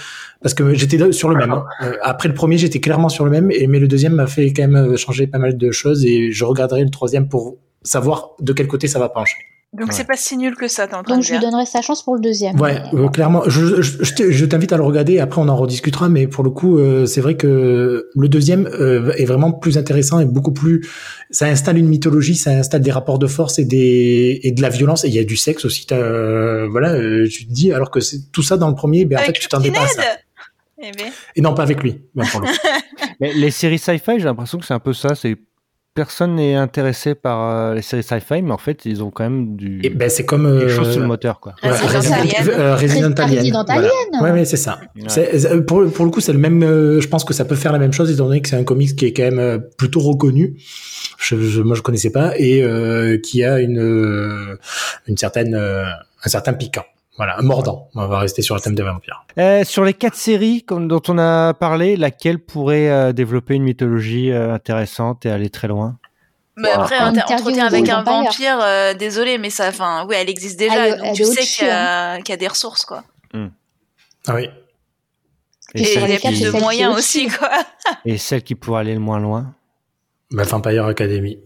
Parce que j'étais là sur le même. hein. Euh, Après le premier, j'étais clairement sur le même, et, mais le deuxième m'a fait quand même euh, changer pas mal de choses et je regarderai le troisième pour savoir de quel côté ça va pencher.
Donc,
Ouais.
c'est pas si nul que ça, t'es en train
donc
de
je lui
dire.
donnerai sa chance pour le deuxième.
Ouais, euh, clairement. Je, je, je te- je t'invite à le regarder. et Après, on en rediscutera. Mais pour le coup, euh, c'est vrai que le deuxième euh, est vraiment plus intéressant et beaucoup plus. Ça installe une mythologie, ça installe des rapports de force et des et de la violence. Et il y a du sexe aussi. t'as, Euh, voilà, euh, tu te dis. Alors que c'est tout ça dans le premier, ben en fait,
Avec
tu
le
t'en
petit
pas à ça.
Ned Eh ben,
Et non, pas avec lui. ben, pour le coup.
Mais les séries sci-fi, j'ai l'impression que c'est un peu ça. C'est personne n'est intéressé par euh, les séries sci-fi, mais en fait, ils ont quand même du
et ben c'est comme.
quelque
euh,
chose sous le moteur, quoi.
Ouais,
Ah, Resident
Resident
Alien.
euh, Resident
Resident
Alien.
Alien.
Voilà. Ouais, ouais, c'est ça. C'est- euh, pour, pour le coup, c'est le même. euh, je pense que ça peut faire la même chose étant donné que c'est un comics qui est quand même euh, plutôt reconnu. Je, je- moi, je connaissais pas et euh, qui a une euh, une certaine euh, un certain piquant. Voilà, un mordant. On va rester sur le thème des vampires.
Euh, sur les quatre séries comme- dont on a parlé, laquelle pourrait euh, développer une mythologie euh, intéressante et aller très loin
Mais
Wow.
après,
Un
un
interview
entretien
de
avec un
vampire.
vampire, euh, désolé, mais ça, enfin, oui, elle existe déjà,
Ah, Elle-
donc
elle
tu
est
sais
au-dessus, hein.
qu'il y, a- qu'il y a des ressources, quoi.
Ah oui.
Et
Et,
sur
il y
les
a
celle,
quatre,
plus
qui,
de
c'est celle
moyens
qui est
aussi, quoi.
et celle qui pourrait aller le moins loin,
Bah, Vampire Academy.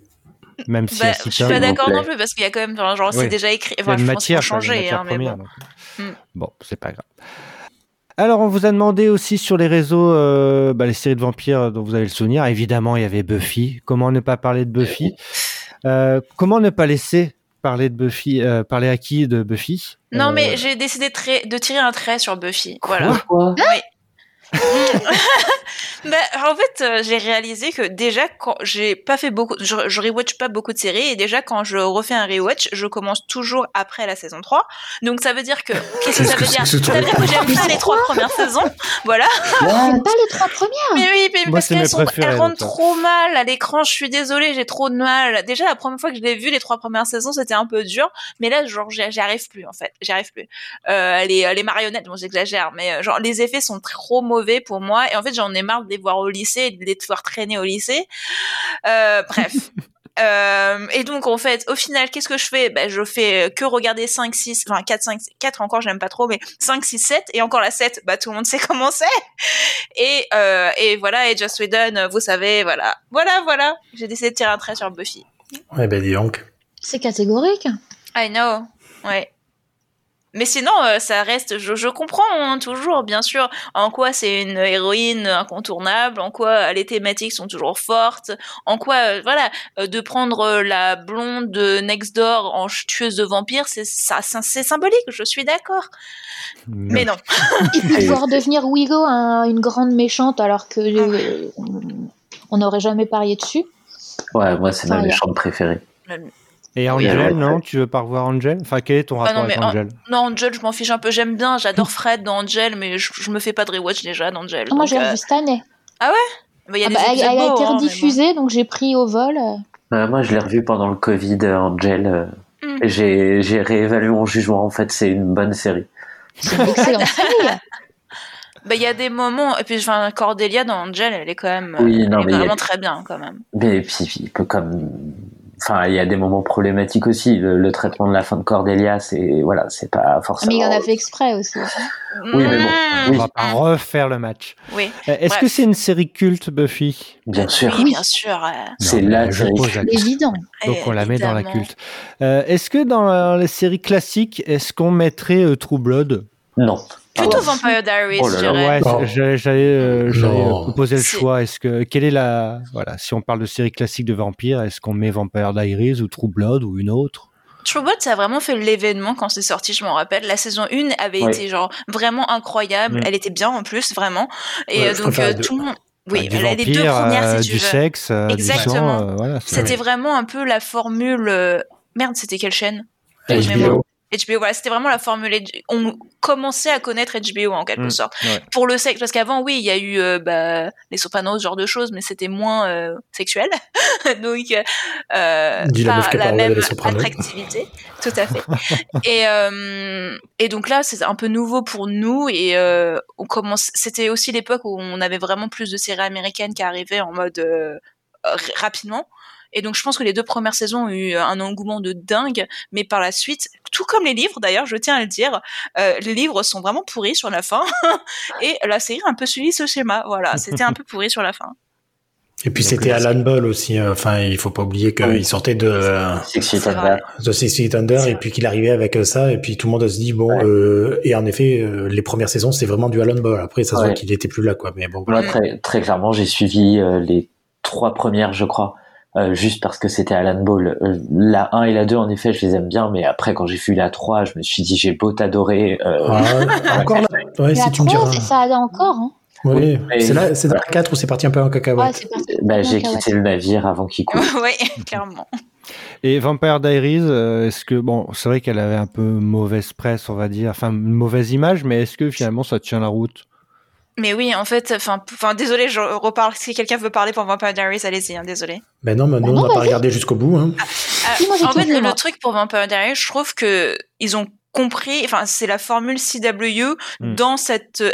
même si
Bah,
elle
je
cite
suis
un-
pas d'accord
plaît.
non plus, parce qu'il y a quand même, genre, genre,
Oui.
c'est déjà écrit.
il y a
Enfin,
une
je pense qu'il hein,
matière,
faut
quoi, il y a une
changer,
matière
hein, mais
première.
bon.
donc.
Mm.
Bon, c'est pas grave. Alors, on vous a demandé aussi sur les réseaux, euh, bah, les séries de vampires dont vous avez le souvenir. Évidemment, il y avait Buffy. Comment ne pas parler de Buffy Euh, Comment ne pas laisser parler de Buffy, euh, parler à qui de Buffy
Non,
Euh,
mais j'ai décidé de, tra- de tirer un trait sur Buffy. Voilà.
Pourquoi
Bah, en fait, euh, j'ai réalisé que déjà, quand j'ai pas fait beaucoup, je, je rewatch pas beaucoup de séries, et déjà, quand je refais un rewatch, je commence toujours après la saison 3. Donc, ça veut dire que, qu'est-ce que ça veut dire?
C'est
Ça
toujours
veut dire que j'aime pas les trois premières saisons. Voilà.
T'aimes pas les trois premières
Mais oui, mais
Moi,
parce
c'est
qu'elles
mes
sont,
préférées,
elles
donc,
rentrent
hein.
trop mal à l'écran. Je suis désolée, j'ai trop de mal. Déjà, la première fois que je l'ai vu, les trois premières saisons, c'était un peu dur. Mais là, genre, j'y j'y arrive plus, en fait. J'y arrive plus. Euh, les, les marionnettes, bon, j'exagère, mais euh, genre, les effets sont trop mauvais pour moi. Et en fait, j'en ai marre de les voir au lycée et de les voir traîner au lycée. Euh,
[LAUGHS]
bref. Euh, et donc en fait, au final, qu'est-ce que je fais ben, Je fais que regarder 5, 6, enfin 4, 5, 4 encore, j'aime pas trop, mais 5, 6, 7, et encore la 7, bah tout le monde sait comment c'est. Et, euh, et voilà, et Just Whedon, euh, vous savez, voilà. Voilà, voilà. J'ai décidé de tirer un trait sur Buffy.
Eh ben, dis donc.
C'est catégorique.
I know. Ouais. Mais sinon, euh, ça reste, je, je comprends hein, toujours, bien sûr, en quoi c'est une héroïne incontournable, en quoi euh, les thématiques sont toujours fortes, en quoi, euh, voilà, euh, de prendre euh, la blonde de next door en ch- tueuse de vampires, c'est ça, ça- c'est symbolique, je suis d'accord. Mais non.
Et puis
[LAUGHS]
de voir devenir Willow un- une grande méchante alors que euh, on n'aurait jamais parié dessus.
Ouais, moi, c'est ma
Voilà.
méchante préférée.
Et
Oui,
Angel,
alors-
non Tu veux pas revoir Angel Enfin, quel est ton rapport
non,
avec
mais en-
Angel
Non, Angel, je m'en fiche un peu, j'aime bien, j'adore Fred dans Angel, mais je, je me fais pas de rewatch déjà d'Angel.
Moi,
donc,
j'ai
euh,
revu cette année.
bah, il y a
Ah
des
bah, elle,
épisodes
elle a
beaux,
été
hein, mais bon.
rediffusée, donc j'ai pris au vol. euh,
Euh, moi, je l'ai revu pendant le Covid, euh, Angel. euh,
Mm.
J'ai j'ai réévalué mon jugement. En fait, c'est une bonne série.
C'est une
[LAUGHS]
excellente série. Ah,
Bah, il y a des moments, et puis, enfin, Cordelia dans Angel, elle est quand même,
Oui,
euh,
non,
elle
mais
est
il y a-
vraiment très bien, quand même.
Mais puis, puis, que comme, enfin, il y a des moments problématiques aussi. Le, le traitement de la fin de Cordelia, c'est voilà, c'est pas
Ah, Mais
forcément.
il en a fait exprès aussi.
Oui, mais bon,
Mmh.
On
oui.
va pas refaire le match.
Oui.
Euh, Est-ce
Bref.
que c'est une série culte, Buffy
Bien sûr,
Oui, bien sûr. euh,
c'est
Non,
la
mais je
série.
pose la question.
Évident.
Donc on la met dans la
Eh, évidemment.
culte. Euh, est-ce que dans la- les séries classiques, est-ce qu'on mettrait euh, True Blood
Non.
Plutôt
Pardon.
Vampire Diaries,
Oh là
je
là,
dirais.
Ouais,
Non.
j'allais, j'allais, euh, j'allais, euh,
Non.
proposer le
C'est-
choix. Est-ce que quelle est la voilà Si on parle de série classique de vampires, est-ce qu'on met Vampire Diaries ou True Blood ou une autre
True Blood, ça a vraiment fait l'événement quand c'est sorti, je m'en rappelle. La saison 1 avait
Ouais.
été genre vraiment incroyable.
Mm.
Elle était bien en plus, vraiment. Et
Ouais,
euh,
je
donc
préfère
euh,
la deux.
tout le monde...
Enfin,
Oui,
Ah, Du
elle a les deux
vampire,
premières,
euh,
si tu
du
veux.
sexe, euh, du
Exactement.
sang. euh, voilà, c'est-
C'était vraiment un peu la formule... euh, Merde, c'était quelle chaîne
HBO.
HBO, voilà, c'était vraiment la formule. On commençait à connaître HBO en quelque
Mm.
sorte.
Ouais.
Pour le sexe, parce qu'avant, oui, il y a eu euh, bah, les sopranos, ce genre de choses, mais c'était moins euh, sexuel. [LAUGHS] Donc, euh, euh,
Dis la
pas
meuf qui a pas
la
regardé
même
les Sopranos.
attractivité. Tout à fait. et, euh, et donc là, c'est un peu nouveau pour nous. Et euh, on commence. C'était aussi l'époque où on avait vraiment plus de séries américaines qui arrivaient en mode euh, r- rapidement. Et donc, je pense que les deux premières saisons ont eu un engouement de dingue, mais par la suite, tout comme les livres d'ailleurs, je tiens à le dire, euh, les livres sont vraiment pourris sur la [LAUGHS] fin, et la série a un peu suivi ce schéma. Voilà, c'était un peu pourri sur la [LAUGHS] fin.
Et puis
Donc,
c'était
là, c'est-
Alan Ball aussi. euh, Enfin, il faut pas oublier
Oui.
qu'il sortait de euh,
Sexy
C'est
Thunder.
vrai.
The Six Feet Under
C'est
et puis qu'il arrivait avec euh, ça et puis tout le monde se dit bon.
Ouais.
euh, et en effet, euh, les premières saisons c'est vraiment du Alan Ball. Après, ça se
Ouais.
voit qu'il était plus là quoi. Mais bon.
Mm.
Moi, très, très clairement, j'ai suivi euh, les trois premières, je crois, euh, juste parce que c'était Alan Ball. Euh, la 1 et la 2, en effet, je les aime bien, mais après, quand j'ai vu la 3, je me suis dit, j'ai beau t'adorer. euh,
Ah, encore là. Ouais,
la
si tu me diras.
3, ça allait encore. Hein.
Oui.
Mais-
C'est là, c'est dans la 4 où c'est parti un peu en
Ouais,
cacahuète.
c'est parti.
bah, j'ai
Donc, ouais.
quitté le navire avant qu'il coule.
[LAUGHS] oui, clairement.
Et Vampire Diaries, euh, est-ce que bon, c'est vrai qu'elle avait un peu mauvaise presse, on va dire, enfin une mauvaise image, mais est-ce que finalement ça tient la route
Mais oui, en fait, enfin, p- enfin, désolé, je reparle. Si quelqu'un veut parler pour Vampire Diaries, allez-y, hein, désolé.
Ben non, mais nous
non,
on n'a pas
vas-y.
regardé jusqu'au bout. Hein.
Ah,
Si, moi, j'ai
en
tout
fait,
vu,
le
moi.
truc pour Vampire Diaries, je trouve que ils ont compris, enfin, c'est la formule CW
Hmm.
dans cette euh,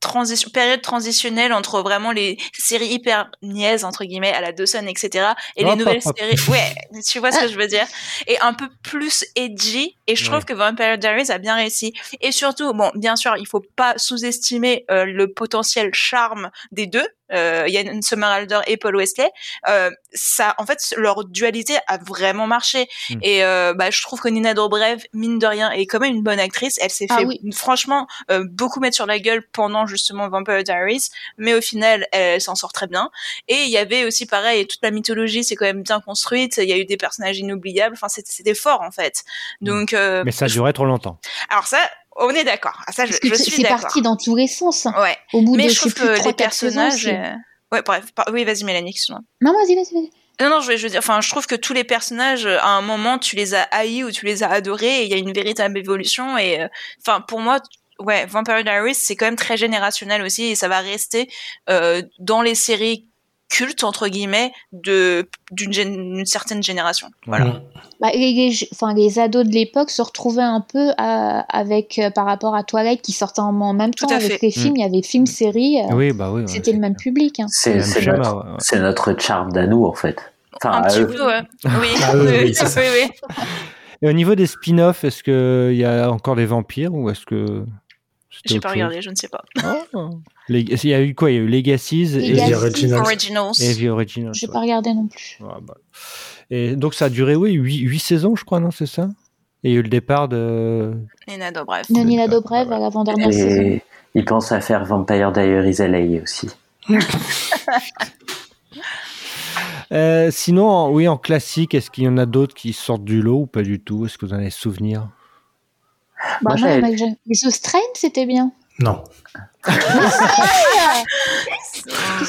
transition, période transitionnelle entre vraiment les séries hyper niaises, entre guillemets, à la Dawson, etc., et
Hop,
les nouvelles
hop, hop.
Ah.
séries, ouais, tu vois ce que je veux dire, et un peu plus edgy, et Et je trouve que Vampire Diaries a bien réussi. Et surtout, bon, bien sûr, il faut pas sous-estimer euh, le potentiel charme des deux, euh, Yann Somerhalder et Paul Wesley. Euh, ça, en fait, leur dualité a vraiment marché.
Mm.
Et euh, bah, je trouve que Nina Dobrev, mine de rien, est quand même une bonne actrice. Elle s'est
Ah
fait
oui.
franchement euh, beaucoup mettre sur la gueule pendant justement Vampire Diaries, mais au final, elle s'en sort très bien. Et il y avait aussi pareil, toute la mythologie, c'est quand même bien construite. Il y a eu des personnages inoubliables. Enfin, c'était- c'était fort en fait. Donc, euh,
Mais ça a duré trop longtemps.
alors ça, on est d'accord. Ah, Ça, je,
Parce que
je
c'est-
suis
c'est
d'accord.
parti dans tous les sens. hein.
Ouais.
Au bout
Mais
de
je trouve
sais plus,
que
trois,
les
quatre saisons,
personnages.
c'est-
euh, Ouais, bref. par- Oui, vas-y, Mélanie, excuse-moi.
Non, vas-y, vas-y, vas-y.
Non, non, je veux, je veux dire, enfin, je trouve que tous les personnages, euh, à un moment, tu les as haïs ou tu les as adorés, et il y a une véritable évolution, et, euh, enfin, pour moi, t- ouais, Vampire Diaries, c'est quand même très générationnel aussi, et ça va rester euh, dans les séries cultes, entre guillemets, de d'une gén- d'une certaine génération.
Mm.
Bah, les, les je- enfin, les ados de l'époque se retrouvaient un peu à- avec, euh, par rapport à Twilight qui sortait en en même
Tout
temps
à
avec
fait.
les films. Il y avait films-séries.
Oui, bah oui. ouais,
C'était le même public. hein.
C'est
C'est
c'est
le même
notre,
schéma, ouais, ouais.
c'est notre charme à nous, en fait. Enfin, euh,
un
à
petit
eux.
peu, ouais. [LAUGHS] Oui,
Ah oui, oui, ça,
oui, oui.
Et au niveau des spin-offs, est-ce qu'il y a encore des vampires ou est-ce que. c'était
J'ai
autre
pas
chose
regardé, je ne sais pas.
Ah. Les- Il y a eu quoi Il y a eu Legacies et,
Legacy,
The Originals.
Originals.
et The Originals.
J'ai
ouais.
pas regardé non plus.
Ouais, bah. Et donc ça a duré, oui, 8, saisons, je crois, non, c'est ça Et il y a eu le départ de.
Et Nado, bref.
Nonila
Ouais,
Dobrev
ouais.
à l'avant-dernière saison.
Et ils pensent à faire Vampire Diaries LA aussi.
Euh, sinon, en- oui, en classique, est-ce qu'il y en a d'autres qui sortent du lot ou pas du tout Est-ce que vous en avez souvenir
Bah, moi,
Moi, j'avais-
mec, j'ai- The Strain, c'était bien.
Non.
Qu'est-ce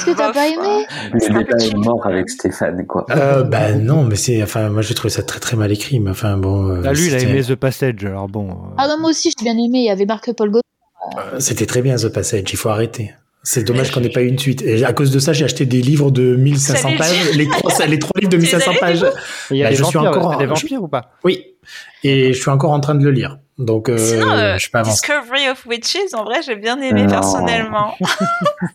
que t'as pas aimé
Le
un peu
débat est
cheap.
mort avec Stéphane, quoi.
Euh, bah non, mais c'est. Enfin, moi j'ai trouvé ça très très mal écrit, mais enfin bon. euh,
Ah, Lui, il a
c'était-
aimé The Passage, alors bon. euh,
Ah non, moi aussi, j'ai bien aimé. Il y avait Marc Paul Gaultier.
C'était très bien The Passage, il faut arrêter. C'est dommage qu'on n'ait pas eu une suite. Et à cause de ça, j'ai acheté des livres de 1500
Salut,
pages, les trois, les trois livres de
Tu les as
1500
lus,
pages.
Il y a
Bah,
des
je suis
vampires,
encore
t'as des
en-
vampires ou pas
Oui. Et je suis encore en train de le lire. Donc, euh,
Sinon, euh,
je suis pas avancé.
Discovery of Witches, en vrai, j'ai bien aimé
Non.
personnellement.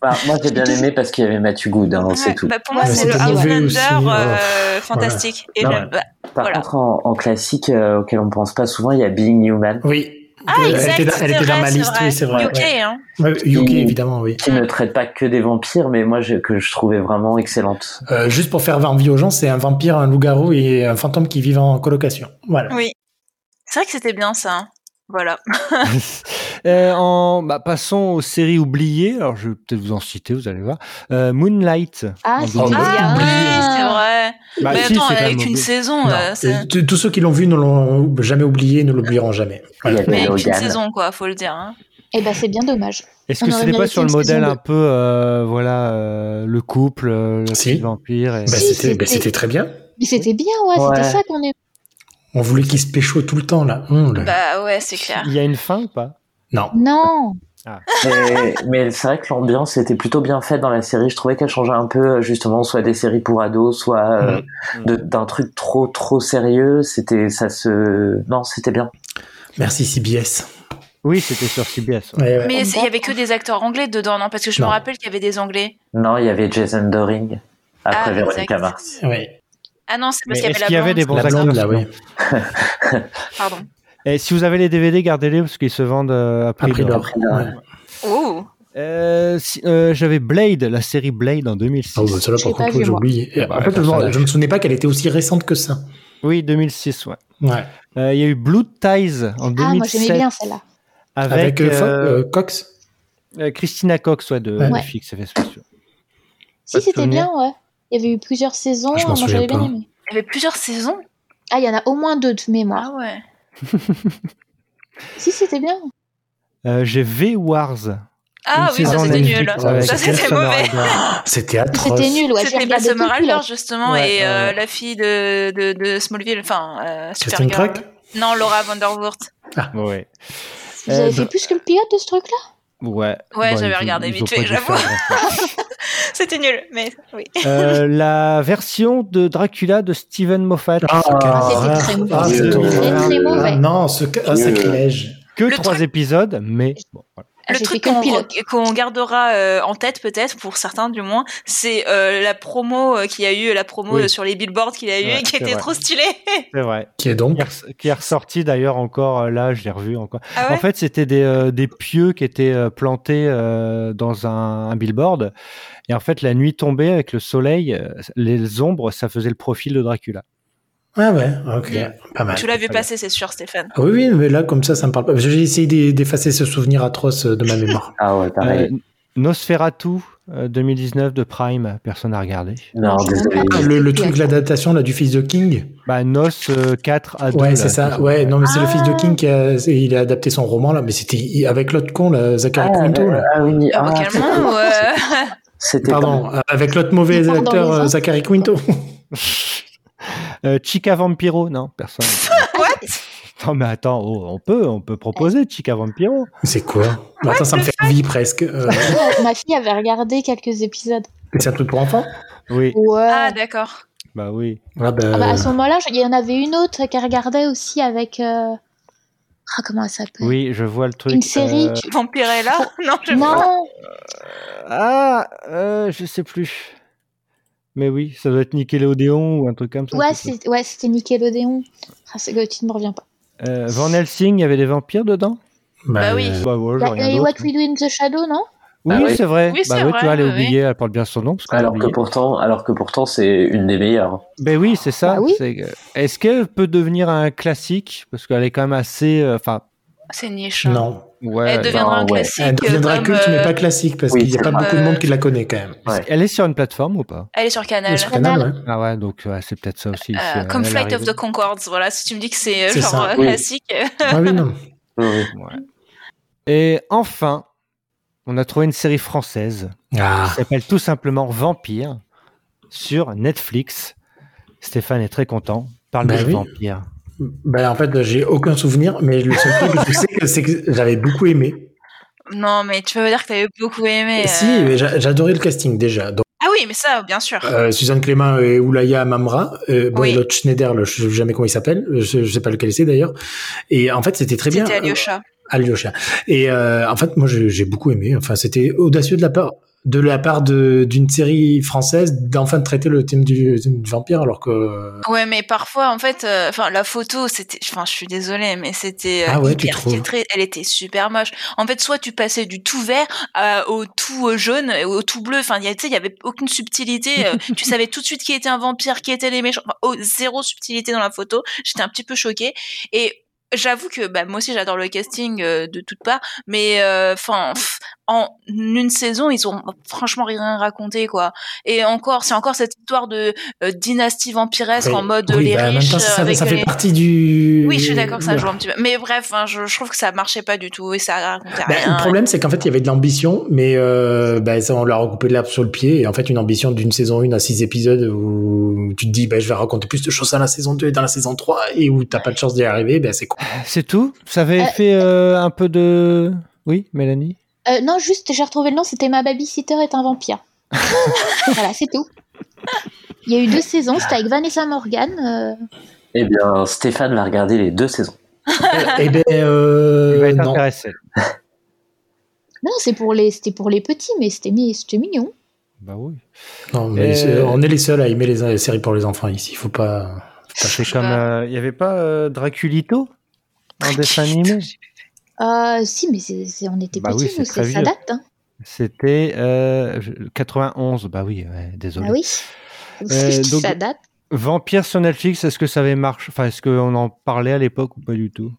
Bah, moi, j'ai bien aimé parce qu'il y avait Matthew Good, hein, c'est
Ouais,
tout.
bah, pour moi,
Ouais,
c'est
mais
le
c'était mauvais
Outlander
aussi,
euh,
ouais.
fantastique. Et
Non,
le-
ouais.
bah,
Par
voilà.
contre, en, en classique euh, auquel on pense pas souvent, il y a Being Human,
Oui.
Ah,
Euh,
exact,
elle était, dans- elle
c'est
était dans
vrai,
ma
c'est
liste,
vrai.
oui, c'est vrai.
UK, hein.
Ouais. Ouais, UK,
Qui-
évidemment, oui.
qui ne traite pas que des vampires, mais moi, je, que je trouvais vraiment excellente.
Euh, juste pour faire envie aux gens, c'est un vampire, un loup-garou et un fantôme qui vivent en colocation. Voilà.
Oui. C'est vrai que c'était bien ça. hein. Voilà.
[LAUGHS] Euh, en, bah, Passons aux séries oubliées. Alors, je vais peut-être vous en citer, vous allez voir. Euh, Moonlight.
Ah,
En
c'était
Ah,
Ah,
bien.
oui, c'est vrai.
Bah,
mais
si,
attends,
c'est
elle
quand
avait
même
qu'une
oublié.
saison.
Non.
euh, c'est-
Euh, t- Tous ceux qui l'ont vu ne l'ont jamais oublié et ne l'oublieront jamais. Voilà.
Il y
Mais
avait
qu'une
Logan.
saison, quoi, faut le dire. hein.
Eh ben, c'est bien dommage.
Est-ce
On
que
aurait
c'était pas
mérité
sur le
une saison
modèle
deux.
un peu, euh, voilà, euh, le couple, euh, le
Si.
petit vampire et...
Bah,
Si,
c'était bah,
c'était-
c'était très bien.
Mais c'était bien, ouais.
Ouais.
C'était ça qu'on aimait.
On voulait qu'ils se pécho tout le temps, là. Hum, là.
Bah ouais, c'est clair.
Il y a une fin ou pas
Non.
Non.
Mais, mais c'est vrai que l'ambiance était plutôt bien faite dans la série. Je trouvais qu'elle changeait un peu, justement, soit des séries pour ados, soit euh, de- d'un truc trop, trop sérieux. C'était, ça se, non, c'était bien.
Merci CBS.
Oui, c'était sur CBS. ouais.
Ouais, ouais.
Mais
On
c'est- il y avait que des acteurs anglais dedans, non Parce que je me
Non.
rappelle qu'il y avait des anglais.
Non, il y avait Jason Doring après
Ah,
Veronica
exact.
Mars.
Ouais.
Ah non, c'est
Mais
parce qu'il y avait
est-ce
la
qu'il y avait
blonde.
des bons
La
acteurs
blonde, là, oui.
Pardon.
Et si vous avez les DVD, gardez-les parce qu'ils se vendent euh, à prix
Après
d'or.
l'or. Ouais.
Oh.
Euh, si- euh, J'avais Blade, la série Blade en 2006.
Oh, bah, celle-là,
Je
par
l'ai pas
contre,
vu,
j'ai
moi.
oublié. Et
Bah,
en
ouais,
fait, je
personnage.
je me souvenais pas qu'elle était aussi récente que ça.
Oui, 2006, ouais.
Ouais.
Euh, Il y a eu Blood Ties en 2007
Ah, moi, j'aimais bien celle-là.
avec,
Avec, euh, Fo-
euh,
euh, Cox.
euh, Christina Cox ouais, de
Ouais.
Netflix, effets spéciaux.
Si,
de
c'était
souvenir.
bien, ouais. Il y avait eu plusieurs saisons.
Je m'en
Moi,
souviens
j'avais bien
pas.
aimé.
Il y avait plusieurs saisons.
Ah, il y en a au moins deux de mémoire.
Ah ouais.
Si, c'était bien.
Euh, J'ai V-Wars.
Ah
une
oui, ça
saison
c'était
Netflix
nul.
avec
Ça c'était
Kirsten
mauvais. [LAUGHS]
Rider.
C'était atroce.
C'était nul, ouais. j'ai
C'était
regardé
Blas
que celui-là.
Summerhalder justement
Ouais,
et euh,
ouais.
la fille de, de, de Smallville, enfin euh,
Kirsten
Supergirl.
Crack.
Non, Laura Vandervoort.
Ouais.
Vous avez
Eh ben.
fait plus que le pilote de ce truc-là
Ouais.
Ouais,
Bon,
j'avais
ils ont-
regardé
ils
vite
ont
fait,
pas dû
j'avoue.
faire grand-chose.
[LAUGHS] C'était nul, mais oui.
Euh, la version de Dracula de Steven Moffat.
Ah, c'était
horreur.
très mauvais.
Ah,
C'était
horreur.
très,
très mauvais.
Ah, non, ce ca- ah, sacrilège.
Que
Le
trois
truc-
épisodes, mais bon, voilà.
le
j'ai fait
truc
que le
qu'on
pilote.
qu'on gardera euh, en tête peut-être pour certains du moins, c'est euh, la promo euh, qu'il y a eu, la promo
Oui.
euh, sur les billboards qu'il y a eu
Ouais,
et qui
c'est
était
vrai. [LAUGHS]
trop stylée.
C'est vrai.
Qui est donc
Qui est res- Qui est ressorti d'ailleurs encore euh, là, je l'ai revu encore.
ah ouais.
En fait, c'était des, euh, des pieux qui étaient euh, plantés euh, dans un, un billboard. Et en fait, la nuit tombée avec le soleil, euh, les ombres, ça faisait le profil de Dracula.
Ah ouais, ok, pas mal.
tu l'as vu
très bien.
passer, c'est sûr, Stéphane.
Ah Oui, oui, mais là, comme ça, ça me parle pas. J'ai essayé d'e- d'effacer ce souvenir atroce euh, de ma mémoire.
Ah ouais, pareil.
Euh, Nosferatu euh, 2019 de Prime, personne n'a regardé.
non,
je sais même
désolé.
ah,
pas.
Ah, Le, le truc de la datation là, du fils de King.
Bah, Nos euh, 4 à 2.
Ouais,
là,
c'est ça. Ouais, non, mais c'est le fils de
Ah.
King qui a, il a adapté son roman, là, mais c'était avec l'autre con, là, Zachary
Ah,
Quinto, là.
ah oui,
Ah, bah,
ah,
calmement, ouais.
c'était
Pardon, euh, avec l'autre mauvais
Il part dans
acteur,
les
euh,
airs.
Zachary Quinto.
Euh, Chica Vampiro, non, personne. [LAUGHS] non, mais attends, oh, on peut, on peut proposer Chica Vampiro.
C'est quoi Bah, Attends, ça me fait envie presque. Euh,
Ouais, Ma fille avait regardé quelques épisodes.
c'est un truc pour enfants
Oui,
Ouais.
[LAUGHS] Ah d'accord.
bah oui.
ah, bah,
Ah bah, à ce moment-là, je- il y en avait une autre qui regardait aussi avec. euh, Ah, comment elle s'appelle
Oui, je vois le truc.
Une série.
euh,
qui-
Vampirella Non, je
Non,
Ah, euh, je sais plus. Mais oui, ça doit être Nickelodeon ou un truc comme ça.
ouais,
je sais
c'est- ouais, c'était Nickelodeon. Ah, c'est que tu ne me reviens pas.
pas. Euh, Van Helsing, il y avait des vampires dedans
Bah oui.
euh,
Bah ouais, j'ai
Bah,
rien
et What
d'autre.
We Do in the Shadow, non
Oui,
Ah oui.
c'est vrai.
Oui,
bah
c'est
oui, tu
vrai,
vois, elle est
oui, oui.
oubliée, elle porte bien son nom. Parce qu'on l'a
Alors que
oublié.
pourtant, alors que pourtant, c'est une des meilleures.
Ben oui, c'est ça.
Bah oui.
c'est que- Est-ce qu'elle peut devenir un classique Parce qu'elle est quand même assez. euh, Enfin,
C'est niche. hein.
Non. Ah,
ouais.
Elle deviendra
non,
un
ouais.
classique.
Elle deviendra
comme,
culte, mais
euh,
pas classique, parce
oui,
qu'il n'y a
c'est
pas
vrai.
beaucoup de monde qui la connaît quand même.
Ouais.
Elle est sur une plateforme ou pas
Elle est sur Canal.
Sur Canal, ouais.
Ah ouais, donc ouais, c'est peut-être ça aussi.
Euh,
si, euh,
comme
elle
Flight of
arrive.
the Concords, voilà, si tu me dis que c'est euh,
C'est
genre
ça,
euh,
oui.
classique.
Ah oui, non.
Oui, oui.
Ouais. Et enfin, on a trouvé une série française
Ah.
qui s'appelle tout simplement Vampire sur Netflix. Stéphane est très content. Parle
Bah
de
oui.
Vampire.
Bah, en fait, bah, j'ai aucun souvenir, mais le seul truc que je sais, que c'est que j'avais beaucoup aimé.
non, mais tu peux me dire que t'avais beaucoup aimé. euh.
Si, mais j'a- j'adorais le casting déjà. Donc,
Ah oui, mais ça, bien sûr.
euh, Suzanne Clément et Oulaya Mamra, euh, bon,
Oui.
et l'autre Schneider, là, je sais jamais comment il s'appelle, je, je sais pas lequel c'est d'ailleurs. Et en fait, c'était très bien. euh,
C'était Alyosha.
Alyosha. Et euh, en fait, moi, j'ai j'ai beaucoup aimé. Enfin, c'était audacieux de la part de la part de- d'une série française d'enfin traiter le thème du, du vampire, alors que
Ouais, mais parfois, en fait, euh, enfin, la photo, c'était, enfin, je suis désolée, mais c'était euh,
Ah ouais, tu
hyper
trouves
filtré. Elle était super moche. En fait, soit tu passais du tout vert à- au tout euh, jaune, et au tout bleu. Enfin, il y a- tu sais, il y avait aucune subtilité. euh,
[LAUGHS]
tu savais tout de suite qui était un vampire, qui étaient les méchants. Enfin, oh, zéro subtilité dans la photo. J'étais un petit peu choquée. Et j'avoue que, bah, moi aussi, j'adore le casting euh, de toutes parts, mais euh, enfin. en une saison, ils ont franchement rien raconté, quoi. Et encore, c'est encore cette histoire de euh, dynastie vampiresque
Oui.
en mode
Oui,
les
bah, en même
riches euh,
temps, ça, ça-
avec
ça fait
les...
partie du.
Oui, je suis d'accord que ça joue un petit peu. Mais bref, hein, je, je trouve que ça marchait pas du tout et ça racontait
Bah,
rien.
le problème, c'est qu'en fait, il y avait de l'ambition, mais euh, bah, ça, on l'a recoupé de l'herbe sur le pied. Et en fait, une ambition d'une saison 1 à 6 épisodes où tu te dis, bah, je vais raconter plus de choses dans la saison 2 et dans la saison 3, et où t'as pas de chance d'y arriver, bah, c'est con.
[LAUGHS]
C'est tout Ça avait
Euh,
fait euh, un peu de. Oui, Mélanie
Euh, Non, juste, j'ai retrouvé le nom, c'était Ma babysitter est un
[LAUGHS]
vampire. voilà, c'est tout. Il y a eu deux saisons, c'était avec Vanessa Morgan. euh,
Eh bien, Stéphane va regarder les deux saisons. [LAUGHS]
et ben, euh,
Il va être
non.
intéressé.
Non, c'est pour les, c'était pour les petits, mais c'était, mi- c'était mignon.
Bah oui.
Non, mais
Euh,
c'est- on est les seuls à aimer les, les séries pour les enfants ici. Il faut pas.
C'est
Je sais
comme.
pas.
euh, Il y n'y avait pas euh, Draculito Un dessin animé
Euh, si, mais c'est, c'est- on était
Bah oui,
petits,
c'est
nous,
très
c'est- ça
vieux.
date. Hein.
C'était euh, je- 91. Bah oui, ouais,
Ah
désolé.
oui. Parce que je dis
Euh, donc-
[LAUGHS] ça date.
Vampire sur Netflix, est-ce que ça avait marché Enfin, est-ce qu'on en parlait à l'époque ou pas du tout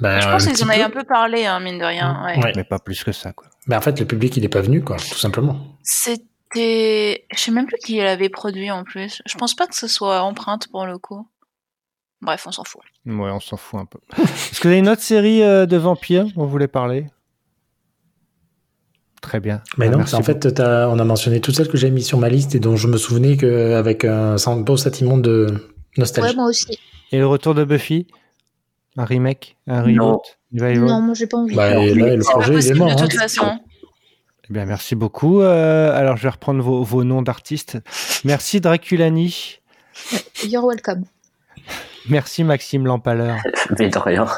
Bah,
Je pense
un
qu'ils en
petit
avaient un
peu.
peu parlé, hein, mine de rien. ouais.
Ouais.
Mais pas plus que ça, quoi.
Mais en fait, le public, il est pas venu, quoi, tout simplement.
C'était... Je sais même plus qui l'avait produit en plus. Je pense pas que ce soit empreinte pour le coup. Bref, on s'en fout.
Ouais, on s'en fout un peu. est-ce que vous avez une autre série euh, de vampires dont vous voulez parler Très bien.
Mais
Ah,
non,
merci
en fait, t'as- on a mentionné toutes celles que j'ai mis sur ma liste et dont je me souvenais qu'avec un beau sentiment de nostalgie.
Ouais, moi aussi.
beaucoup. Et le retour de Buffy Un remake Un reboot
Non.
Une revival
Non, moi, j'ai pas envie.
Bah,
Alors,
et
mais
là, le
C'est pas
projet, il est
possible
mort.
de
hein.
toute façon.
Eh bien, merci beaucoup. Euh, alors, je vais reprendre vos, vos noms d'artistes. Merci Draculani.
You're welcome.
Merci Maxime Lampaleur.
Mais de rien.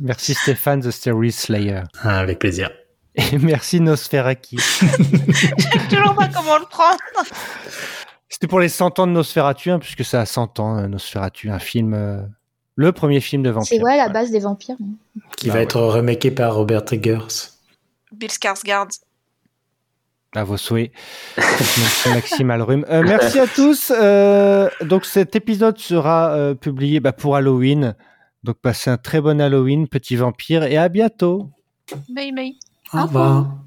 Merci Stéphane The Series Slayer.
Ah, avec plaisir.
Et merci Nosferaki.
[LAUGHS] toujours pas comment le prendre.
C'était pour les 100 ans de Nosferatu, hein, puisque c'est à 100 ans, euh, Nosferatu, un film, euh, le premier film de vampire.
C'est ouais, la base des vampires.
qui
Ah
va
ouais.
être remaké par Robert Eggers.
Bill Skarsgård.
À vos souhaits. merci Maxime Alrum. Euh, merci à tous. Euh, donc cet épisode sera euh, publié bah, pour Halloween. Donc passez un très bon Halloween, petit vampire, et à bientôt.
Bye bye.
Au revoir.